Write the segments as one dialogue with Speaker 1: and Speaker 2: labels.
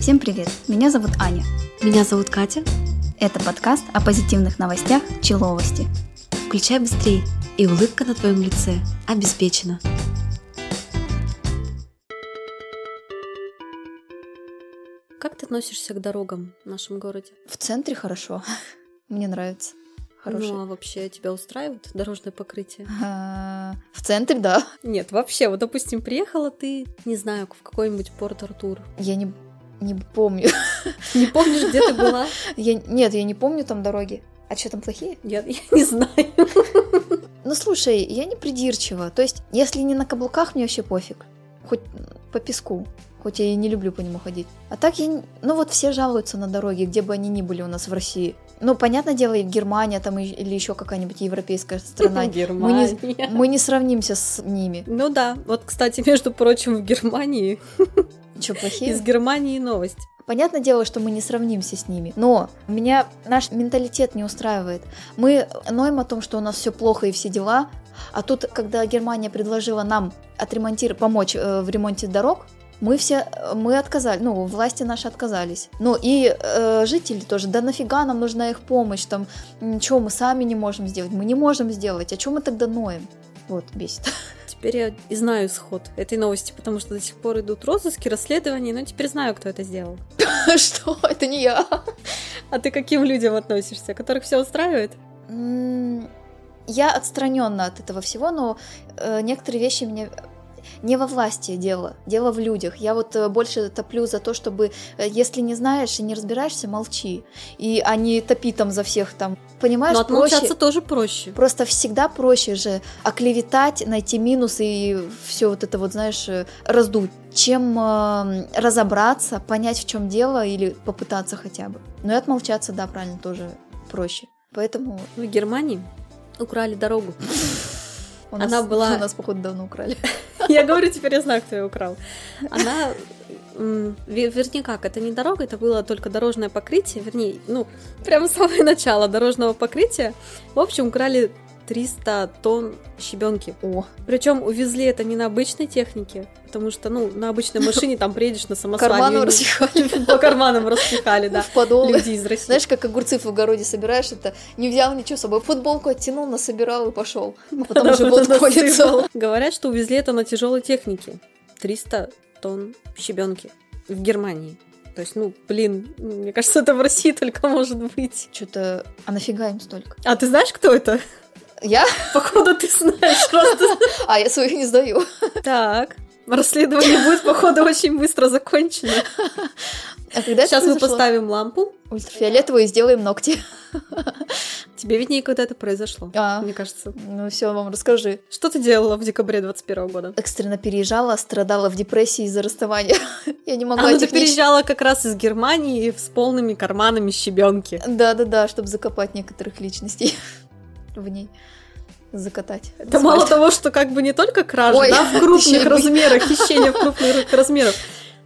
Speaker 1: Всем привет! Меня зовут Аня.
Speaker 2: Меня зовут Катя.
Speaker 1: Это подкаст о позитивных новостях Человости.
Speaker 2: Включай быстрей, и улыбка на твоем лице обеспечена. Как ты относишься к дорогам в нашем городе?
Speaker 1: В центре хорошо. Мне нравится.
Speaker 2: Ну а вообще тебя устраивает дорожное покрытие?
Speaker 1: А, В центре, да.
Speaker 2: Нет, вообще, вот допустим, приехала ты, не знаю, в какой-нибудь порт Артур.
Speaker 1: Я не, не помню.
Speaker 2: Не помнишь, где ты была?
Speaker 1: Я, нет, я не помню там дороги. А что там плохие?
Speaker 2: Я, я не знаю.
Speaker 1: Ну слушай, я не придирчива. То есть, если не на каблуках, мне вообще пофиг. Хоть по песку. Хоть я и не люблю по нему ходить. А так я... не- Ну вот все жалуются на дороги, где бы они ни были у нас в России. Ну, понятное дело, и Германия там и- или еще какая-нибудь европейская страна.
Speaker 2: Германия.
Speaker 1: Мы не сравнимся с ними.
Speaker 2: Ну да, вот, кстати, между прочим, в Германии,
Speaker 1: Че, плохие?
Speaker 2: из Германии новость.
Speaker 1: Понятное дело, что мы не сравнимся с ними, но меня наш менталитет не устраивает. Мы ноем о том, что у нас все плохо и все дела, а тут, когда Германия предложила нам отремонтир- помочь э, в ремонте дорог, мы все, э, мы отказали, ну, власти наши отказались. Ну, и э, жители тоже, да нафига нам нужна их помощь, там, ничего мы сами не можем сделать, мы не можем сделать, о чем мы тогда ноем? Вот, бесит.
Speaker 2: Теперь я и знаю исход этой новости, потому что до сих пор идут розыски, расследования, но теперь знаю, кто это сделал.
Speaker 1: Что? Это не я.
Speaker 2: А ты к каким людям относишься, которых все устраивает?
Speaker 1: М, Я отстраненно от этого всего, но э, некоторые вещи мне не во власти дело, дело в людях. Я вот э, больше топлю за то, чтобы, э, если не знаешь и не разбираешься, молчи. И а не топи там за всех там. Понимаешь,
Speaker 2: Но отмолчаться
Speaker 1: проще-
Speaker 2: тоже проще.
Speaker 1: Просто всегда проще же оклеветать, найти минусы и все вот это вот, знаешь, э, раздуть, чем э, разобраться, понять, в чем дело или попытаться хотя бы. Но и отмолчаться, да, правильно, тоже проще. Поэтому
Speaker 2: В Германии украли дорогу.
Speaker 1: У
Speaker 2: Она была-
Speaker 1: У нас, походу, давно украли.
Speaker 2: Я говорю, теперь я знаю, кто ее украл. Она... м, ве- Вернее как, это не дорога, это было только дорожное покрытие, вернее, ну, прямо самое начало дорожного покрытия. В общем, украли 300 тонн щебенки.
Speaker 1: О,
Speaker 2: Причем увезли это не на обычной технике, потому что, ну, на обычной машине там приедешь на самосвале.
Speaker 1: карману
Speaker 2: её не-
Speaker 1: распихали
Speaker 2: По карманам распихали, да.
Speaker 1: в подолы.
Speaker 2: Людей из России.
Speaker 1: Знаешь, как огурцы в огороде собираешь, это не взял ничего с собой, футболку оттянул, насобирал и пошел. А потом
Speaker 2: Потому
Speaker 1: живот
Speaker 2: что
Speaker 1: колется.
Speaker 2: насыпал. Говорят, что увезли это на тяжелой технике. 300 тонн щебенки в Германии. То есть, ну, блин, мне кажется, это в России только может быть.
Speaker 1: Что-то, а нафига им столько?
Speaker 2: А ты знаешь, кто это?
Speaker 1: Я?
Speaker 2: Походу, ты знаешь просто.
Speaker 1: А, я своих не сдаю.
Speaker 2: Так, расследование будет, походу, очень быстро закончено.
Speaker 1: А когда это
Speaker 2: Сейчас мы
Speaker 1: произошло?
Speaker 2: поставим лампу.
Speaker 1: Ультрафиолетовые и сделаем ногти.
Speaker 2: Тебе виднее, когда это произошло,
Speaker 1: А.
Speaker 2: мне кажется.
Speaker 1: Ну все, вам расскажи.
Speaker 2: Что ты делала в декабре 21 года?
Speaker 1: Экстренно переезжала, страдала в депрессии из-за расставания. Я не могла
Speaker 2: Она
Speaker 1: технич-
Speaker 2: переезжала как раз из Германии с полными карманами щебенки.
Speaker 1: Да-да-да, чтобы закопать некоторых личностей в ней. Закатать.
Speaker 2: Это мало того, что как бы не только кража,
Speaker 1: Ой,
Speaker 2: да, в
Speaker 1: ещё
Speaker 2: крупных
Speaker 1: и бы-
Speaker 2: размерах, хищение в крупных размерах,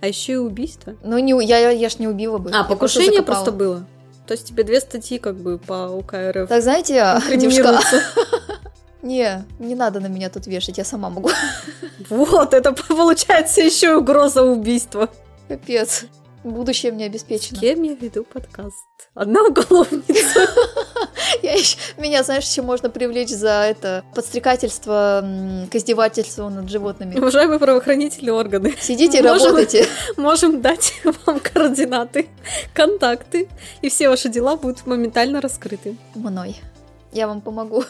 Speaker 2: а еще и убийство.
Speaker 1: Ну, не, у- я, я, я ж не убила бы.
Speaker 2: А,
Speaker 1: Я
Speaker 2: покушение
Speaker 1: закопала.
Speaker 2: просто было. То есть тебе две статьи как бы по УК РФ
Speaker 1: Так, знаете, а, девушка,
Speaker 2: инкриминируются.
Speaker 1: не, не надо на меня тут вешать, я сама могу.
Speaker 2: Вот, это получается еще и угроза убийства.
Speaker 1: Капец. Будущее мне
Speaker 2: С
Speaker 1: обеспечено.
Speaker 2: кем я веду подкаст? Одна уголовница.
Speaker 1: Я ещё- меня, знаешь, еще можно привлечь за это подстрекательство м, к издевательству над животными.
Speaker 2: Уважаемые правоохранительные органы,
Speaker 1: Сидите и
Speaker 2: Можем-
Speaker 1: работайте.
Speaker 2: можем дать вам координаты, контакты, и все ваши дела будут моментально раскрыты.
Speaker 1: Мной. Я вам помогу.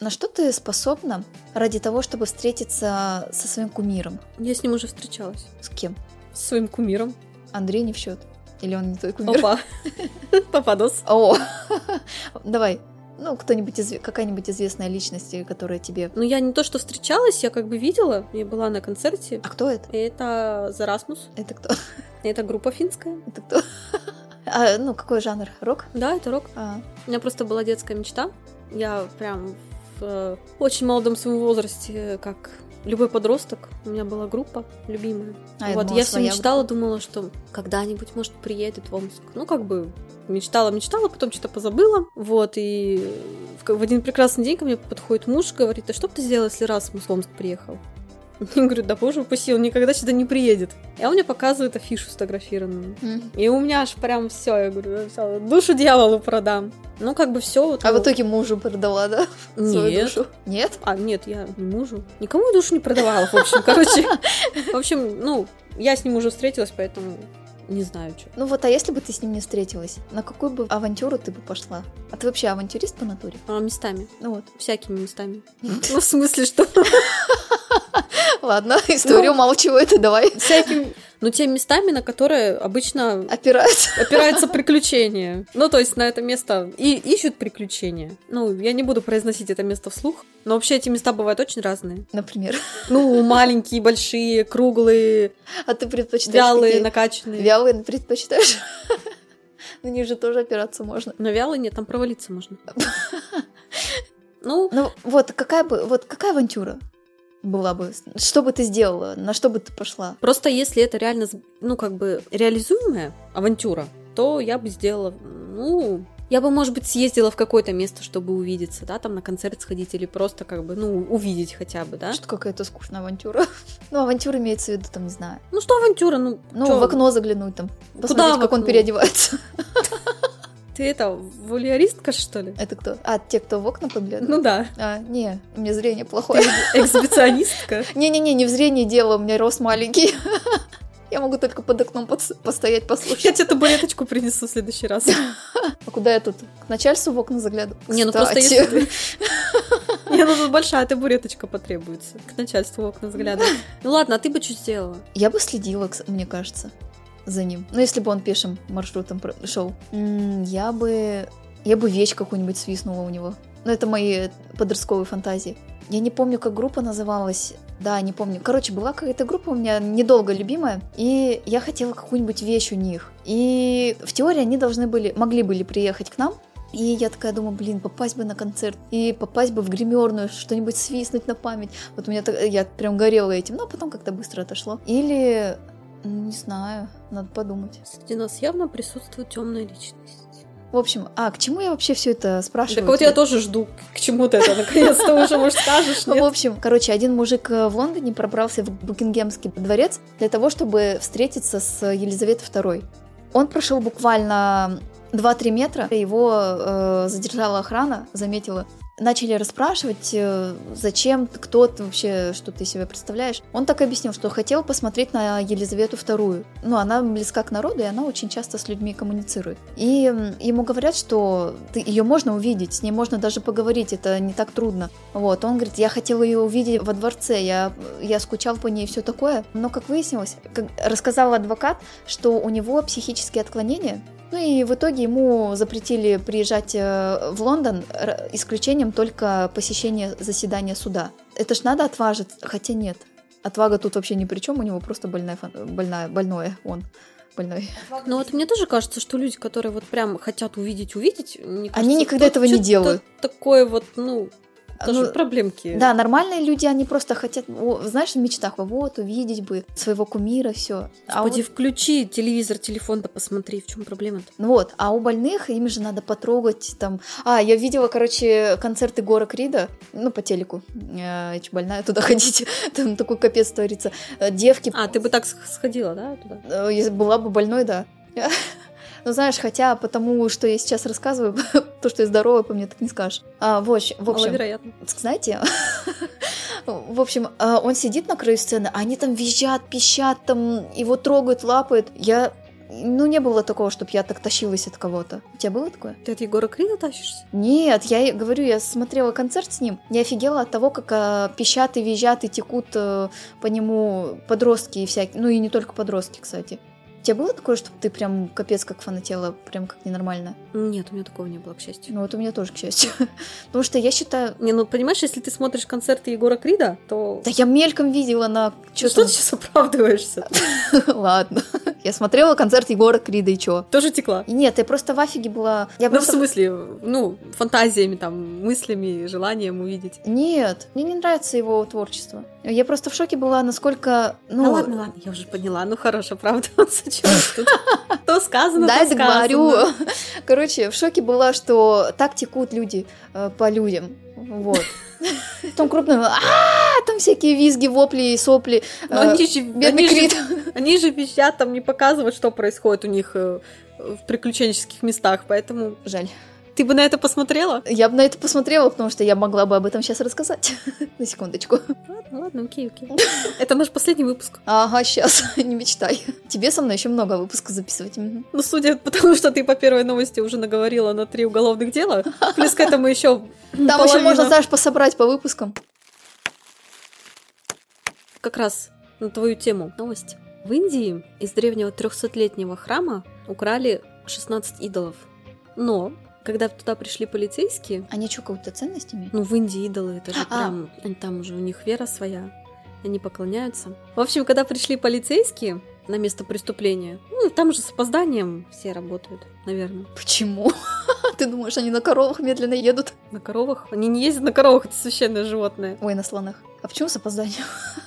Speaker 1: На что ты способна ради того, чтобы встретиться со своим кумиром?
Speaker 2: Я с ним уже встречалась.
Speaker 1: С кем?
Speaker 2: С своим кумиром.
Speaker 1: Андрей не в счет. Или он не твой кумир?
Speaker 2: Опа. Попадос.
Speaker 1: О, давай. Ну, кто-нибудь, изв- какая-нибудь известная личность, э, которая тебе...
Speaker 2: Ну, я не то, что встречалась, я как бы видела. Я была на концерте.
Speaker 1: А кто это?
Speaker 2: Это Зарасмус.
Speaker 1: Это кто?
Speaker 2: Это группа финская.
Speaker 1: Это кто? А, ну, какой жанр? Рок?
Speaker 2: Да, это рок.
Speaker 1: А,
Speaker 2: У меня просто была детская мечта. Я прям в э, очень молодом своем возрасте, как любой подросток, у меня была группа любимая.
Speaker 1: а
Speaker 2: вот,
Speaker 1: думала,
Speaker 2: я все
Speaker 1: своя
Speaker 2: мечтала, думала, что когда-нибудь, может, приедет в Омск. Ну, как бы мечтала, мечтала, потом что-то позабыла. Вот, и в, ка- в один прекрасный день ко мне подходит муж, говорит, а что бы ты сделала, если раз в Омск приехал? Я говорю, да боже упаси, он никогда сюда не приедет. И он мне показывает афишу сфотографированную.
Speaker 1: Мгм.
Speaker 2: И у меня аж прям все, я говорю, «Всё, душу дьяволу продам. Ну, как бы все.
Speaker 1: А в итоге мужу продала, да? свою
Speaker 2: Нет.
Speaker 1: душу? Нет?
Speaker 2: А, нет, я не мужу. Никому душу не продавала, в общем, короче. В общем, ну, я с ним уже встретилась, поэтому не знаю, что.
Speaker 1: Ну вот, а если бы ты с ним не встретилась, на какую бы авантюру ты бы пошла? А ты вообще авантюрист по натуре?
Speaker 2: А, местами.
Speaker 1: Ну вот.
Speaker 2: Всякими местами. Ну, в смысле, что?
Speaker 1: Ладно, историю
Speaker 2: Ну.
Speaker 1: умалчивает, и давай
Speaker 2: Всякими... Ну, теми местами, на которые обычно
Speaker 1: опираться.
Speaker 2: опираются приключения. Ну, то есть на это место и ищут приключения. Ну, я не буду произносить это место вслух, но вообще эти места бывают очень разные.
Speaker 1: Например.
Speaker 2: Ну, маленькие, большие, круглые,
Speaker 1: А ты предпочитаешь
Speaker 2: вялые,
Speaker 1: какие?
Speaker 2: накачанные.
Speaker 1: Вялые предпочитаешь? На них же тоже опираться можно.
Speaker 2: Но вялые нет, там провалиться можно. Ну,
Speaker 1: Ну вот, какая бы, вот какая авантюра была бы? Что бы ты сделала? На что бы ты пошла?
Speaker 2: Просто если это реально, с- ну, как бы реализуемая авантюра, то я бы сделала, ну, я бы, может быть, съездила в какое-то место, чтобы увидеться, да, там на концерт сходить или просто как бы, ну, увидеть хотя бы, да.
Speaker 1: Что какая-то скучная авантюра. Ну, авантюра имеется в виду, там, не знаю.
Speaker 2: Ну что авантюра, ну,
Speaker 1: Ну,
Speaker 2: чё,
Speaker 1: в окно заглянуть там. Посмотреть,
Speaker 2: в
Speaker 1: как он
Speaker 2: окно?
Speaker 1: переодевается.
Speaker 2: Ты это, вуалеристка, что ли?
Speaker 1: Это кто? А, те, кто в окна поглядывает?
Speaker 2: Ну да,
Speaker 1: А, не, у меня зрение
Speaker 2: ты
Speaker 1: плохое.
Speaker 2: эксгибиционистка.
Speaker 1: Не-не-не, не в зрении дело, у меня рост маленький. Я могу только под окном подс- постоять,
Speaker 2: Я
Speaker 1: послушать.
Speaker 2: тебе табуреточку принесу в следующий раз.
Speaker 1: А куда я тут? К начальству в окна заглядываю?
Speaker 2: Не, ну просто
Speaker 1: Кстати.
Speaker 2: если ты- Не, ну тут большая табуреточка потребуется. К начальству в окна заглядывать. Ну ладно, а ты бы что сделала?
Speaker 1: Я бы следила, кс- мне кажется, за ним. Ну, если бы он пешим маршрутом пр- шел. М, Я бы... Я бы вещь какую-нибудь свистнула у него. Но это мои подростковые фантазии. Я не помню, как группа называлась. Да, не помню. Короче, была какая-то группа у меня недолго любимая, и я хотела какую-нибудь вещь у них. И в теории они должны были, могли были приехать к нам, и я такая думаю, блин, попасть бы на концерт и попасть бы в гримерную, что-нибудь свистнуть на память. Вот у меня так- я прям горела этим, но потом как-то быстро отошло. Или, ну, не знаю, надо подумать.
Speaker 2: Среди нас явно присутствует темная личность.
Speaker 1: В общем, а к чему я вообще все это спрашиваю?
Speaker 2: Так вот я тоже жду, к- к чему ты это наконец-то уже, может, скажешь,
Speaker 1: Ну, в
Speaker 2: нет?
Speaker 1: общем, короче, один мужик э, в Лондоне пробрался в Букингемский дворец для того, чтобы встретиться с Елизаветой II. Он прошел буквально 2-3 метра, его э, задержала охрана, заметила. Начали расспрашивать, э, зачем, ты, кто ты вообще, что ты из себя представляешь. Он так объяснил, что хотел посмотреть на Елизавету II. Ну, она близка к народу, и она очень часто с людьми коммуницирует. И м, ему говорят, что ты, ее можно увидеть, с ней можно даже поговорить, это не так трудно. Вот, он говорит, я хотел ее увидеть во дворце, я, я скучал по ней и все такое. Но, как выяснилось, как рассказал адвокат, что у него психические отклонения, ну и в итоге ему запретили приезжать э, в Лондон р- исключением только посещения заседания суда. Это ж надо отважить, хотя нет. Отвага тут вообще ни при чем, у него просто больная, фан- больная, больное он. Больной.
Speaker 2: Ну вот мне тоже кажется, что люди, которые вот прям хотят увидеть, увидеть, мне кажется,
Speaker 1: Они никогда
Speaker 2: тут
Speaker 1: этого не
Speaker 2: чё-то
Speaker 1: делают.
Speaker 2: Такое вот, ну, тоже
Speaker 1: Ну,
Speaker 2: проблемки.
Speaker 1: Да, нормальные люди, они просто хотят, о, знаешь, в мечтах, вот, увидеть бы своего кумира, А все.
Speaker 2: Господи, включи телевизор, телефон, да посмотри, в чем проблема-то.
Speaker 1: Ну Вот, а у больных им же надо потрогать там. А, я видела, короче, концерты Гора Крида, ну, по телеку. Э, Я чё, больная туда ходить, там такой капец творится. Э, Девки,
Speaker 2: А, ты бы так с- сходила, да, туда?
Speaker 1: э, если была бы больной, да. Ну, знаешь, хотя потому, что я сейчас рассказываю, то, что я здоровая, по мне так не скажешь. А, в общем, в общем,
Speaker 2: Маловероятно.
Speaker 1: знаете, в общем, э, он сидит на краю сцены, а они там визжат, пищат, там его трогают, лапают. Я, ну, не было такого, чтобы я так тащилась от кого-то. У тебя было такое?
Speaker 2: Ты от Егора Крида тащишься?
Speaker 1: Нет, я и говорю, я смотрела концерт с ним, я офигела от того, как а, пищат и визжат и текут э, по нему подростки и всякие, ну и не только подростки, кстати. У тебя было такое, чтобы ты прям капец как фанатела, прям как ненормально?
Speaker 2: Нет, у меня такого не было, к счастью.
Speaker 1: Ну вот у меня тоже, к счастью. Потому что я считаю...
Speaker 2: Не, ну понимаешь, если ты смотришь концерты Егора Крида, то... Ну,
Speaker 1: Да я мельком видела на...
Speaker 2: Что,
Speaker 1: Чё там?
Speaker 2: ты сейчас оправдываешься?
Speaker 1: Ладно. Я смотрела концерт Егора Крида и чё?
Speaker 2: Тоже текла.
Speaker 1: И Нет, я просто в афиге была. Я
Speaker 2: Ну, в
Speaker 1: просто...
Speaker 2: смысле, ну, фантазиями, там, мыслями, желанием увидеть.
Speaker 1: Нет, мне не нравится его творчество. Я просто в шоке была, насколько... Ну,
Speaker 2: Ну ладно, ладно, я уже поняла. Ну хорош, оправдываться чего уж тут. То сказано,
Speaker 1: Да,
Speaker 2: то
Speaker 1: я
Speaker 2: сказано. Ну,
Speaker 1: говорю. Короче, в шоке была, что так текут люди э, по людям. Вот. Там крупным, «А-а-а!» там всякие визги, вопли и сопли.
Speaker 2: Но
Speaker 1: Э,
Speaker 2: Ну, они же,
Speaker 1: Бедный
Speaker 2: они же-
Speaker 1: Крид.
Speaker 2: они же визжат, там не показывают, что происходит у них э, в приключенческих местах, поэтому
Speaker 1: Жаль.
Speaker 2: ты бы на это посмотрела?
Speaker 1: Я бы на это посмотрела, потому что я могла бы об этом сейчас рассказать. На секундочку.
Speaker 2: Ладно, ладно, окей, окей. Это наш последний выпуск.
Speaker 1: Ага, сейчас, не мечтай. Тебе со мной еще много выпусков записывать. мгм.
Speaker 2: Ну, судя по тому, что ты по первой новости уже наговорила на три уголовных дела, плюс к этому еще
Speaker 1: Там еще можно, знаешь, пособрать по выпускам.
Speaker 2: как раз на твою тему новость. В Индии из древнего 300-летнего храма украли 16 идолов. Но, когда туда пришли полицейские,
Speaker 1: Они что, кого-то ценностями?
Speaker 2: ну, в Индии идолы, это же
Speaker 1: А.
Speaker 2: прям, они- там уже у них вера своя, они поклоняются. В общем, когда пришли полицейские на место преступления, ну, там же с опозданием все работают, наверное.
Speaker 1: Почему? Ты думаешь, они на коровах медленно едут?
Speaker 2: На коровах? Они не ездят на коровах, это священное животное.
Speaker 1: Ой, на слонах. А почему с опозданием?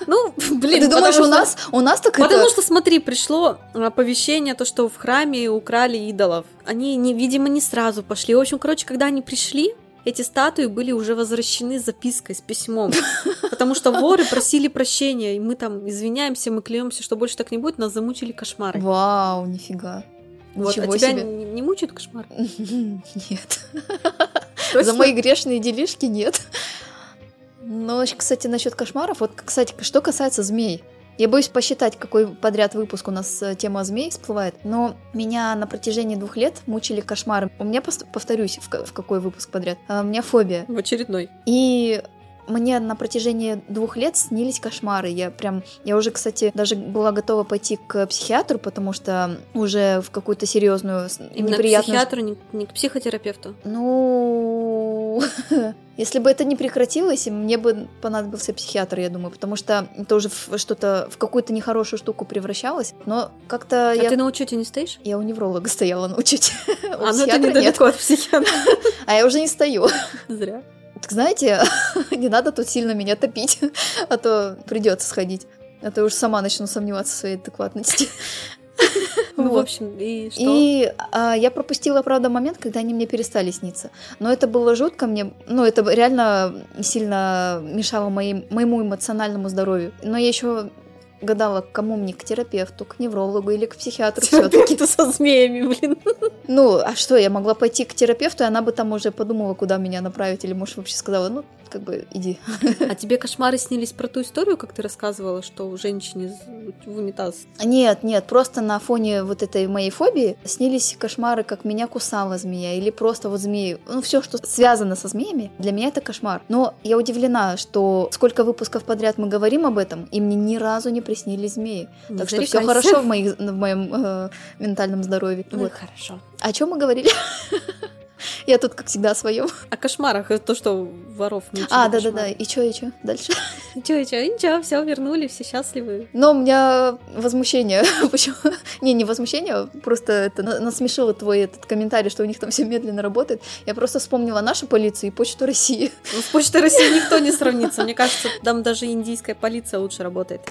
Speaker 2: Ну, блин,
Speaker 1: Ты думаешь,
Speaker 2: потому
Speaker 1: у
Speaker 2: что-
Speaker 1: нас, у нас так
Speaker 2: Потому
Speaker 1: это...
Speaker 2: что, смотри, пришло оповещение, то, что в храме украли идолов. Они, не, видимо, не сразу пошли. В общем, короче, когда они пришли, эти статуи были уже возвращены с запиской, с письмом. Потому что воры просили прощения, и мы там извиняемся, мы клянемся, что больше так не будет, нас замучили кошмары.
Speaker 1: Вау, нифига.
Speaker 2: Вот, а
Speaker 1: Ничего
Speaker 2: тебя
Speaker 1: себе.
Speaker 2: не, не мучают кошмары?
Speaker 1: Нет. За
Speaker 2: Точно?
Speaker 1: мои грешные делишки нет. Но, Ну, кстати, насчет кошмаров, вот, кстати, что касается змей. Я боюсь посчитать, какой подряд выпуск у нас э, тема змей всплывает, но меня на протяжении двух лет мучили кошмары. У меня, пос- повторюсь, в, ка- в какой выпуск подряд, э, у меня фобия.
Speaker 2: В очередной.
Speaker 1: И мне на протяжении двух лет снились кошмары. Я прям, я уже, кстати, даже была готова пойти к психиатру, потому что уже в какую-то серьезную с-
Speaker 2: Именно к
Speaker 1: неприятную
Speaker 2: психиатру, не, не к психотерапевту.
Speaker 1: ну, если бы это не прекратилось, и мне бы понадобился психиатр, я думаю, потому что это уже в что-то, в какую-то нехорошую штуку превращалось. Но как-то
Speaker 2: А
Speaker 1: я...
Speaker 2: ты на учете не стоишь?
Speaker 1: Я у невролога стояла научить. У
Speaker 2: А, ну это
Speaker 1: психиатра нет.
Speaker 2: недалеко от психиатра.
Speaker 1: А я уже не стою.
Speaker 2: Зря.
Speaker 1: Так знаете, не надо тут сильно меня топить, а то придется сходить. А то я уж сама начну сомневаться в своей адекватности.
Speaker 2: Ну, в
Speaker 1: Вот.
Speaker 2: общем, и что?
Speaker 1: И а, я пропустила, правда, момент, когда они мне перестали сниться. Но это было жутко мне, ну, это реально сильно мешало моим, моему эмоциональному здоровью. Но я еще гадала, к кому мне, к терапевту, к неврологу или к психиатру все-таки.
Speaker 2: Терапевту со змеями, блин.
Speaker 1: Ну, а что, я могла пойти к терапевту, и она бы там уже подумала, куда меня направить, или, может, вообще сказала, ну, как бы, иди.
Speaker 2: А тебе кошмары снились про ту историю, как ты рассказывала, что у женщины з- в унитаз?
Speaker 1: Нет, нет, просто на фоне вот этой моей фобии снились кошмары, как меня кусала змея, или просто вот змеи. Ну, все, что связано со змеями, для меня это кошмар. Но я удивлена, что сколько выпусков подряд мы говорим об этом, и мне ни разу не приснились змеи.
Speaker 2: Не
Speaker 1: так что все
Speaker 2: зарекайся.
Speaker 1: хорошо в, моих, в моем э, ментальном здоровье.
Speaker 2: Ну,
Speaker 1: Вот.
Speaker 2: хорошо.
Speaker 1: О чем мы говорили? Я тут, как всегда, о своем.
Speaker 2: О кошмарах, это то, что воров мучили
Speaker 1: А, да-да-да, и чё, и чё? Дальше.
Speaker 2: Ничего, ничего, ничего, все вернули, все счастливы.
Speaker 1: Но у меня возмущение. Почему? Не, не возмущение, просто это на- насмешило твой этот комментарий, что у них там все медленно работает. Я просто вспомнила нашу полицию и почту России.
Speaker 2: Ну, с Почтой России никто не сравнится. Мне кажется, там даже индийская полиция лучше работает.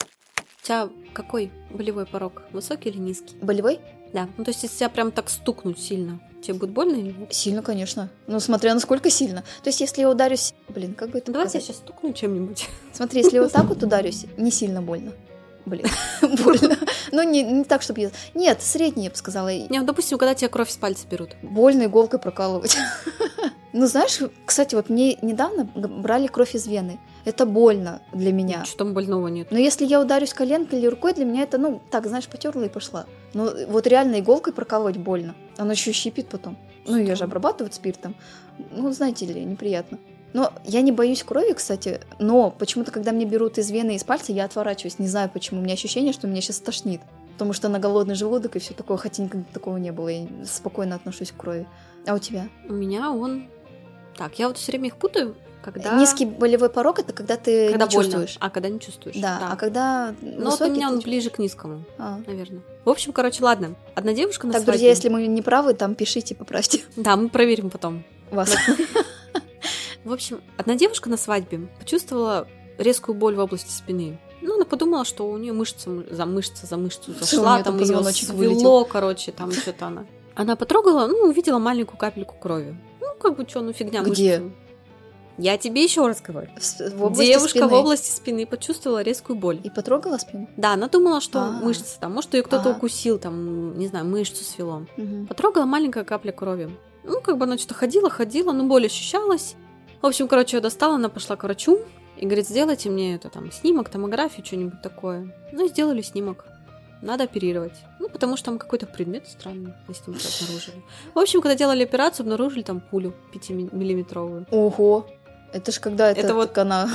Speaker 2: У тебя какой болевой порог? Высокий или низкий?
Speaker 1: Болевой?
Speaker 2: Да. Ну, то есть, если тебя прям так стукнуть сильно, тебе будет больно или нет?
Speaker 1: Сильно, конечно. Ну, смотря насколько сильно. То есть, если я ударюсь... Блин, как бы это
Speaker 2: Ну, Давайте я
Speaker 1: показать?
Speaker 2: сейчас стукну чем-нибудь.
Speaker 1: Смотри, если я вот так вот ударюсь, не сильно больно. Блин, больно. Ну, не, не так, чтобы... я- Нет, средний, я бы сказала.
Speaker 2: Не, ну, допустим, когда тебе кровь с пальца берут.
Speaker 1: больно иголкой прокалывать. Ну, знаешь, кстати, вот мне недавно г- брали кровь из вены. Это больно для меня.
Speaker 2: Что там больного нет?
Speaker 1: Но если я ударюсь коленкой или рукой, для меня это, ну, так, знаешь, потерла и пошла. Но вот реально иголкой прокалывать больно. Оно еще щипит потом. Ну, ее же
Speaker 2: Что?
Speaker 1: обрабатывают спиртом. Ну, знаете ли, неприятно. Но я не боюсь крови, кстати, но почему-то, когда мне берут из вены и из пальца, я отворачиваюсь. Не знаю почему. У меня ощущение, что меня сейчас тошнит. Потому что на голодный желудок и все такое, хотя никогда такого не было. Я спокойно отношусь к крови. А у тебя?
Speaker 2: У меня он... Так, я вот все время их путаю, когда...
Speaker 1: Низкий болевой порог это когда ты
Speaker 2: когда
Speaker 1: не
Speaker 2: больно,
Speaker 1: чувствуешь.
Speaker 2: а когда не чувствуешь.
Speaker 1: Да, а когда
Speaker 2: Но вот у
Speaker 1: высокий,
Speaker 2: меня
Speaker 1: ты
Speaker 2: он
Speaker 1: чу-
Speaker 2: ближе к низкому,
Speaker 1: А.
Speaker 2: наверное. В общем, короче, ладно. Одна девушка на
Speaker 1: Так,
Speaker 2: свадьбе-
Speaker 1: друзья, если мы не правы, там пишите, поправьте
Speaker 2: Да, мы проверим потом.
Speaker 1: вас.
Speaker 2: В общем, одна девушка на свадьбе почувствовала резкую боль в области спины. Ну, она подумала, что у нее мышца м- за мышца за
Speaker 1: Что,
Speaker 2: мышцу
Speaker 1: у
Speaker 2: зашла,
Speaker 1: неё там
Speaker 2: там ее
Speaker 1: позвоночник
Speaker 2: свело,
Speaker 1: вылетел?
Speaker 2: короче, там что-то она. Она потрогала, ну, увидела маленькую капельку крови. Ну, как бы что, ну фигня
Speaker 1: Где?
Speaker 2: мышцу. Я тебе еще раз говорю.
Speaker 1: В- в области
Speaker 2: Девушка
Speaker 1: спины.
Speaker 2: в области спины почувствовала резкую боль.
Speaker 1: И потрогала спину?
Speaker 2: Да, она думала, что
Speaker 1: А.
Speaker 2: мышца там, может, ее кто-то
Speaker 1: Ага.
Speaker 2: укусил, там, не знаю, мышцу свело. Потрогала маленькая капля крови. Ну, как бы она что-то ходила, ходила, но боль ощущалась. В общем, короче, ее достала, она пошла к врачу и говорит, сделайте мне это там снимок, томографию, что-нибудь такое. Ну, и сделали снимок. Надо оперировать. Ну, потому что там какой-то предмет странный, если мы это обнаружили. В общем, когда делали операцию, обнаружили там пулю 5-миллиметровую.
Speaker 1: Ого. Это ж когда это,
Speaker 2: Это вот-
Speaker 1: так она...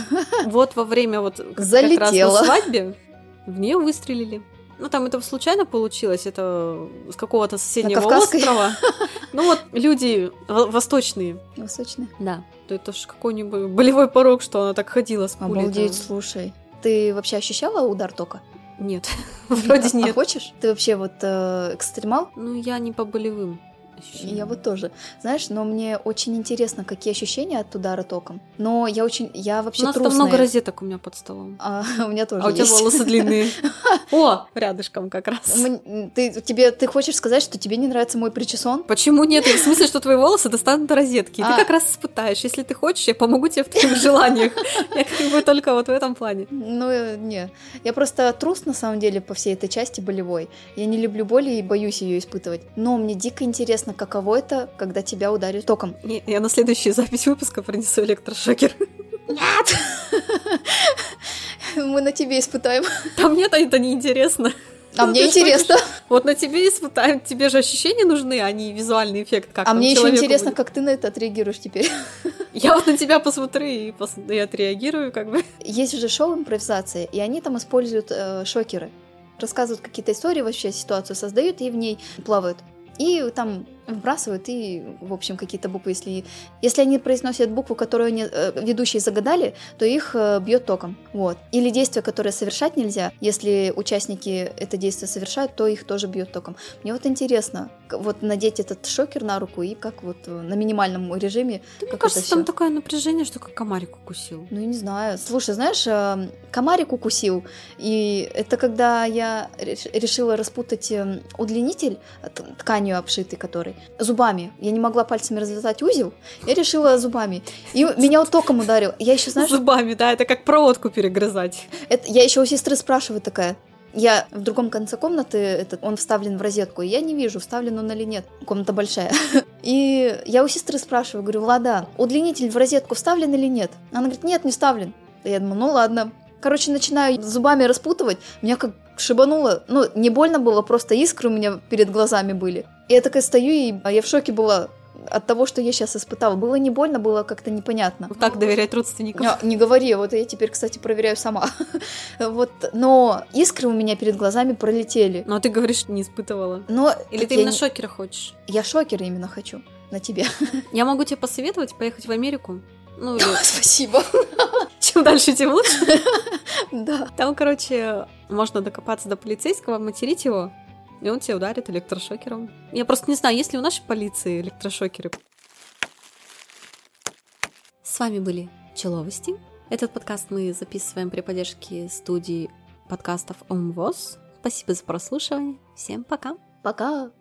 Speaker 2: Вот во время вот как- как раз на
Speaker 1: Залетела.
Speaker 2: свадьбе в нее выстрелили. Ну, там это случайно получилось, это с какого-то соседнего
Speaker 1: Кавказской?
Speaker 2: острова. Ну, вот люди во- восточные.
Speaker 1: Восточная.
Speaker 2: Да. То это ж какой-нибудь болевой порог, что она так ходила с пулей.
Speaker 1: Обалдеть,
Speaker 2: там.
Speaker 1: слушай. Ты вообще ощущала удар тока?
Speaker 2: Нет, вроде
Speaker 1: А
Speaker 2: нет.
Speaker 1: хочешь? Ты вообще вот э, экстремал?
Speaker 2: Ну, я не по болевым ощущениям.
Speaker 1: Я вот тоже. Знаешь, но мне очень интересно, какие ощущения от удара током. Но я очень... Я
Speaker 2: У
Speaker 1: вообще
Speaker 2: нас там
Speaker 1: трусная.
Speaker 2: много розеток у меня под столом.
Speaker 1: А, у меня тоже
Speaker 2: А у тебя
Speaker 1: есть.
Speaker 2: волосы длинные. О, рядышком как раз.
Speaker 1: М- Ты, тебе, ты хочешь сказать, что тебе не нравится мой причесон?
Speaker 2: Почему нет? В смысле, что твои волосы достанут до розетки. И Ты
Speaker 1: А.
Speaker 2: как раз испытаешь. Если ты хочешь, я помогу тебе в твоих желаниях. Я как бы только вот в этом плане.
Speaker 1: Ну, э, не. Я просто трус, на самом деле, по всей этой части болевой. Я не люблю боли и боюсь ее испытывать. Но мне дико интересно, каково это, когда тебя ударят током.
Speaker 2: Не, Я на следующую запись выпуска принесу электрошокер.
Speaker 1: Мы на тебе испытаем.
Speaker 2: Там нет, это неинтересно.
Speaker 1: А
Speaker 2: Ну,
Speaker 1: мне
Speaker 2: ты ж
Speaker 1: интересно.
Speaker 2: Вот на тебе испытают. Тебе же ощущения нужны, а не визуальный эффект. Как
Speaker 1: А
Speaker 2: там
Speaker 1: мне еще
Speaker 2: человеку
Speaker 1: интересно,
Speaker 2: будет.
Speaker 1: как ты на это отреагируешь теперь.
Speaker 2: Я вот на тебя посмотрю и, пос- и отреагирую как бы.
Speaker 1: Есть же шоу импровизации, и они там используют э, шокеры. Рассказывают какие-то истории, вообще ситуацию создают и в ней плавают. И там вбрасывают, и, в общем, какие-то буквы, если... Если они произносят букву, которую они, э, ведущие загадали, то их э, бьет током, вот. Или действия, которые совершать нельзя, если участники это действие совершают, то их тоже бьет током. Мне вот интересно, к- вот надеть этот шокер на руку и как вот э, на минимальном режиме
Speaker 2: Да, мне
Speaker 1: Как
Speaker 2: кажется,
Speaker 1: это
Speaker 2: там
Speaker 1: всё?
Speaker 2: такое напряжение, что как комарик укусил.
Speaker 1: ну, я не знаю. Слушай, знаешь, эм, комарик укусил. И это когда я реш- решила распутать эм, удлинитель, э, т- тканью обшитый который, зубами. Я не могла пальцами развязать узел, я решила зубами. И меня вот током ударил. Я еще, знаешь,
Speaker 2: Зубами, да, это как проводку перегрызать.
Speaker 1: это- я еще у сестры спрашиваю такая. Я в другом конце комнаты, этот, он вставлен в розетку, и я не вижу, вставлен он или нет. Комната большая. И я у сестры спрашиваю, говорю, Влада, удлинитель в розетку вставлен или нет? Она говорит, нет, не вставлен. Я думаю, ну ладно. Короче, начинаю зубами распутывать, меня как шибануло. Ну, не больно было, просто искры у меня перед глазами были. И я такая стою, и а я в шоке была от того, что я сейчас испытала. Было не больно, было как-то непонятно. Ну,
Speaker 2: Вот так доверять родственникам.
Speaker 1: Не, не говори, вот я теперь, кстати, проверяю сама. Вот, но искры у меня перед глазами пролетели.
Speaker 2: Но ты говоришь, не испытывала.
Speaker 1: Но
Speaker 2: Или
Speaker 1: так
Speaker 2: ты
Speaker 1: я,
Speaker 2: именно
Speaker 1: не-
Speaker 2: шокера хочешь?
Speaker 1: я шокер именно хочу на тебе.
Speaker 2: Я могу тебе посоветовать поехать в Америку. Ну, или-
Speaker 1: Спасибо.
Speaker 2: чем дальше, тем лучше.
Speaker 1: Да.
Speaker 2: Там, короче, можно докопаться до полицейского, материть его, и он тебя ударит электрошокером. Я просто не знаю, есть ли у нашей полиции электрошокеры. С вами были Человости. Этот подкаст мы записываем при поддержке студии подкастов ОМВОЗ. Спасибо за прослушивание. Всем пока.
Speaker 1: Пока.